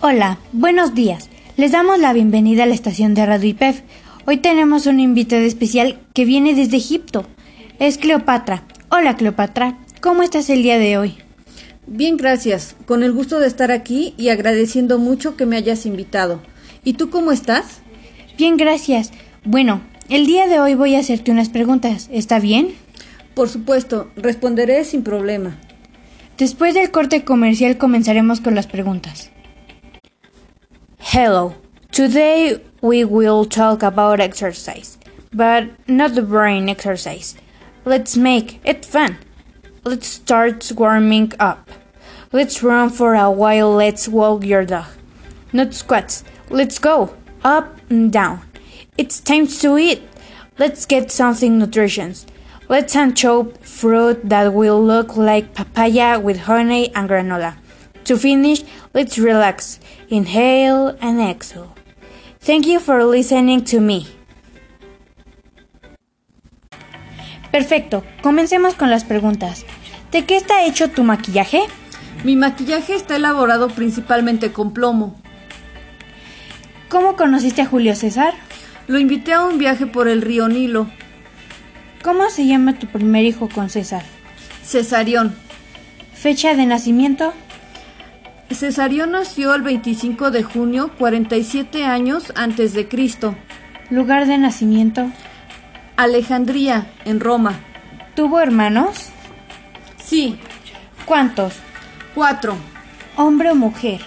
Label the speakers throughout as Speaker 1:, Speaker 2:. Speaker 1: Hola, buenos días. Les damos la bienvenida a la estación de Radio IPEF. Hoy tenemos un invitado especial que viene desde Egipto. Es Cleopatra. Hola Cleopatra, ¿cómo estás el día de hoy?
Speaker 2: Bien, gracias. Con el gusto de estar aquí y agradeciendo mucho que me hayas invitado. ¿Y tú cómo estás?
Speaker 1: Bien, gracias. Bueno, el día de hoy voy a hacerte unas preguntas. ¿Está bien?
Speaker 2: Por supuesto, responderé sin problema.
Speaker 1: Después del corte comercial comenzaremos con las preguntas.
Speaker 3: Hello. Today we will talk about exercise, but not the brain exercise. Let's make it fun. Let's start warming up. Let's run for a while. Let's walk your dog. Not squats. Let's go up and down. It's time to eat. Let's get something nutritious. Let's unchop fruit that will look like papaya with honey and granola. To finish, let's relax, inhale and exhale. Thank you for listening to me.
Speaker 1: Perfecto, comencemos con las preguntas. ¿De qué está hecho tu maquillaje?
Speaker 2: Mi maquillaje está elaborado principalmente con plomo.
Speaker 1: ¿Cómo conociste a Julio César?
Speaker 2: Lo invité a un viaje por el río Nilo.
Speaker 1: ¿Cómo se llama tu primer hijo con César?
Speaker 2: Cesarión.
Speaker 1: ¿Fecha de nacimiento?
Speaker 2: Cesarión nació el 25 de junio, 47 años antes de Cristo.
Speaker 1: ¿Lugar de nacimiento?
Speaker 2: Alejandría, en Roma.
Speaker 1: ¿Tuvo hermanos?
Speaker 2: Sí,
Speaker 1: ¿Cuántos?
Speaker 2: cuatro.
Speaker 1: ¿Hombre o mujer?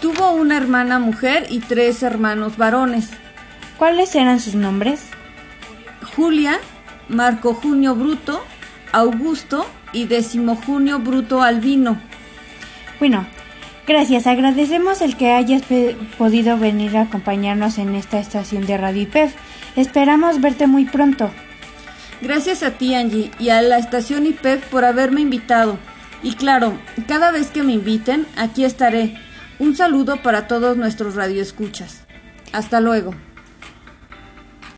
Speaker 2: Tuvo una hermana mujer y tres hermanos varones.
Speaker 1: ¿Cuáles eran sus nombres?
Speaker 2: Julia, Marco Junio Bruto, Augusto y Décimo Junio Bruto Albino.
Speaker 1: Bueno, gracias. Agradecemos el que hayas pe- podido venir a acompañarnos en esta estación de Radio IPEF. Esperamos verte muy pronto.
Speaker 2: Gracias a ti, Angie, y a la estación IPEC por haberme invitado. Y claro, cada vez que me inviten, aquí estaré. Un saludo para todos nuestros radioescuchas. Hasta luego.